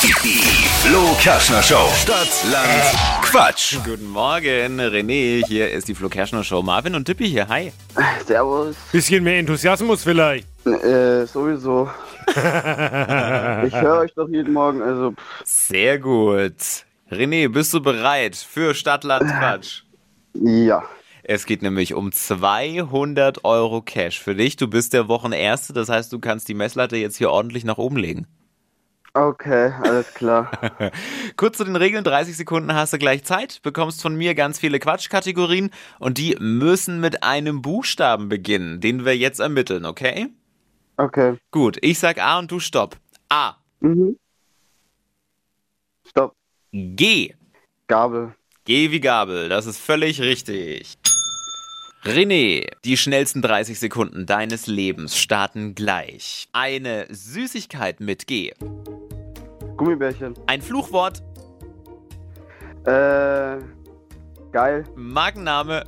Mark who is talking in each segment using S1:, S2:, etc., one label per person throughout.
S1: Die Flo Kerschner Show. Stadt, Land, Quatsch.
S2: Guten Morgen, René. Hier ist die Flo Kerschner Show. Marvin und Tippi hier. Hi.
S3: Servus,
S4: Bisschen mehr Enthusiasmus vielleicht.
S3: äh, sowieso. ich höre euch doch jeden Morgen, also pff,
S2: Sehr gut. René, bist du bereit für Stadtland Quatsch?
S3: ja.
S2: Es geht nämlich um 200 Euro Cash für dich. Du bist der Wochenerste, das heißt, du kannst die Messlatte jetzt hier ordentlich nach oben legen.
S3: Okay, alles klar.
S2: Kurz zu den Regeln, 30 Sekunden hast du gleich Zeit, bekommst von mir ganz viele Quatschkategorien und die müssen mit einem Buchstaben beginnen, den wir jetzt ermitteln, okay?
S3: Okay,
S2: Gut, ich sag A und du stopp. A,
S3: stopp.
S2: G,
S3: Gabel.
S2: Geh wie Gabel, das ist völlig richtig. René, die schnellsten 30 Sekunden deines Lebens starten gleich. Eine Süßigkeit mit G.
S3: Gummibärchen.
S2: Ein Fluchwort,
S3: Äh, geil.
S2: Markenname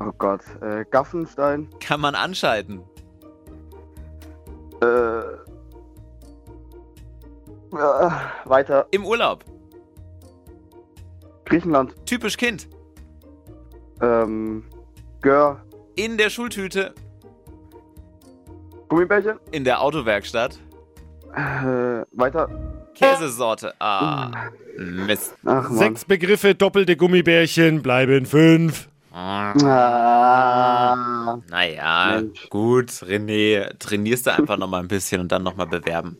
S3: Oh Gott. Äh, Gaffenstein.
S2: kann man anschalten.
S3: Äh, äh, weiter.
S2: Im Urlaub,
S3: Griechenland.
S2: typisch Kind.
S3: Ähm, Gör.
S2: In der Schultüte,
S3: Gummibärchen.
S2: in der Autowerkstatt.
S3: Äh, weiter.
S2: Käsesorte. Ah, Mist.
S3: Ach man.
S4: Sechs Begriffe, doppelte Gummibärchen, bleiben fünf.
S3: Ah,
S2: Naja,
S3: Mensch.
S2: gut, René, trainierst du einfach nochmal ein bisschen und dann nochmal bewerben.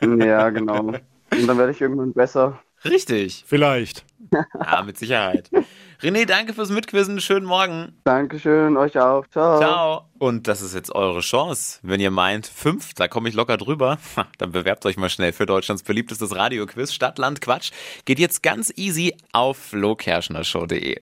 S3: ja, genau. Und dann werde ich irgendwann besser.
S2: Richtig.
S4: Vielleicht.
S2: Ja, mit Sicherheit. René, danke fürs Mitquizzen. Schönen Morgen.
S3: Dankeschön, euch auch. Ciao.
S2: Ciao. Und das ist jetzt eure Chance. Wenn ihr meint, fünf, da komme ich locker drüber, dann bewerbt euch mal schnell für Deutschlands beliebtestes Radioquiz Stadtland Quatsch. Geht jetzt ganz easy auf flokerschnershow.de.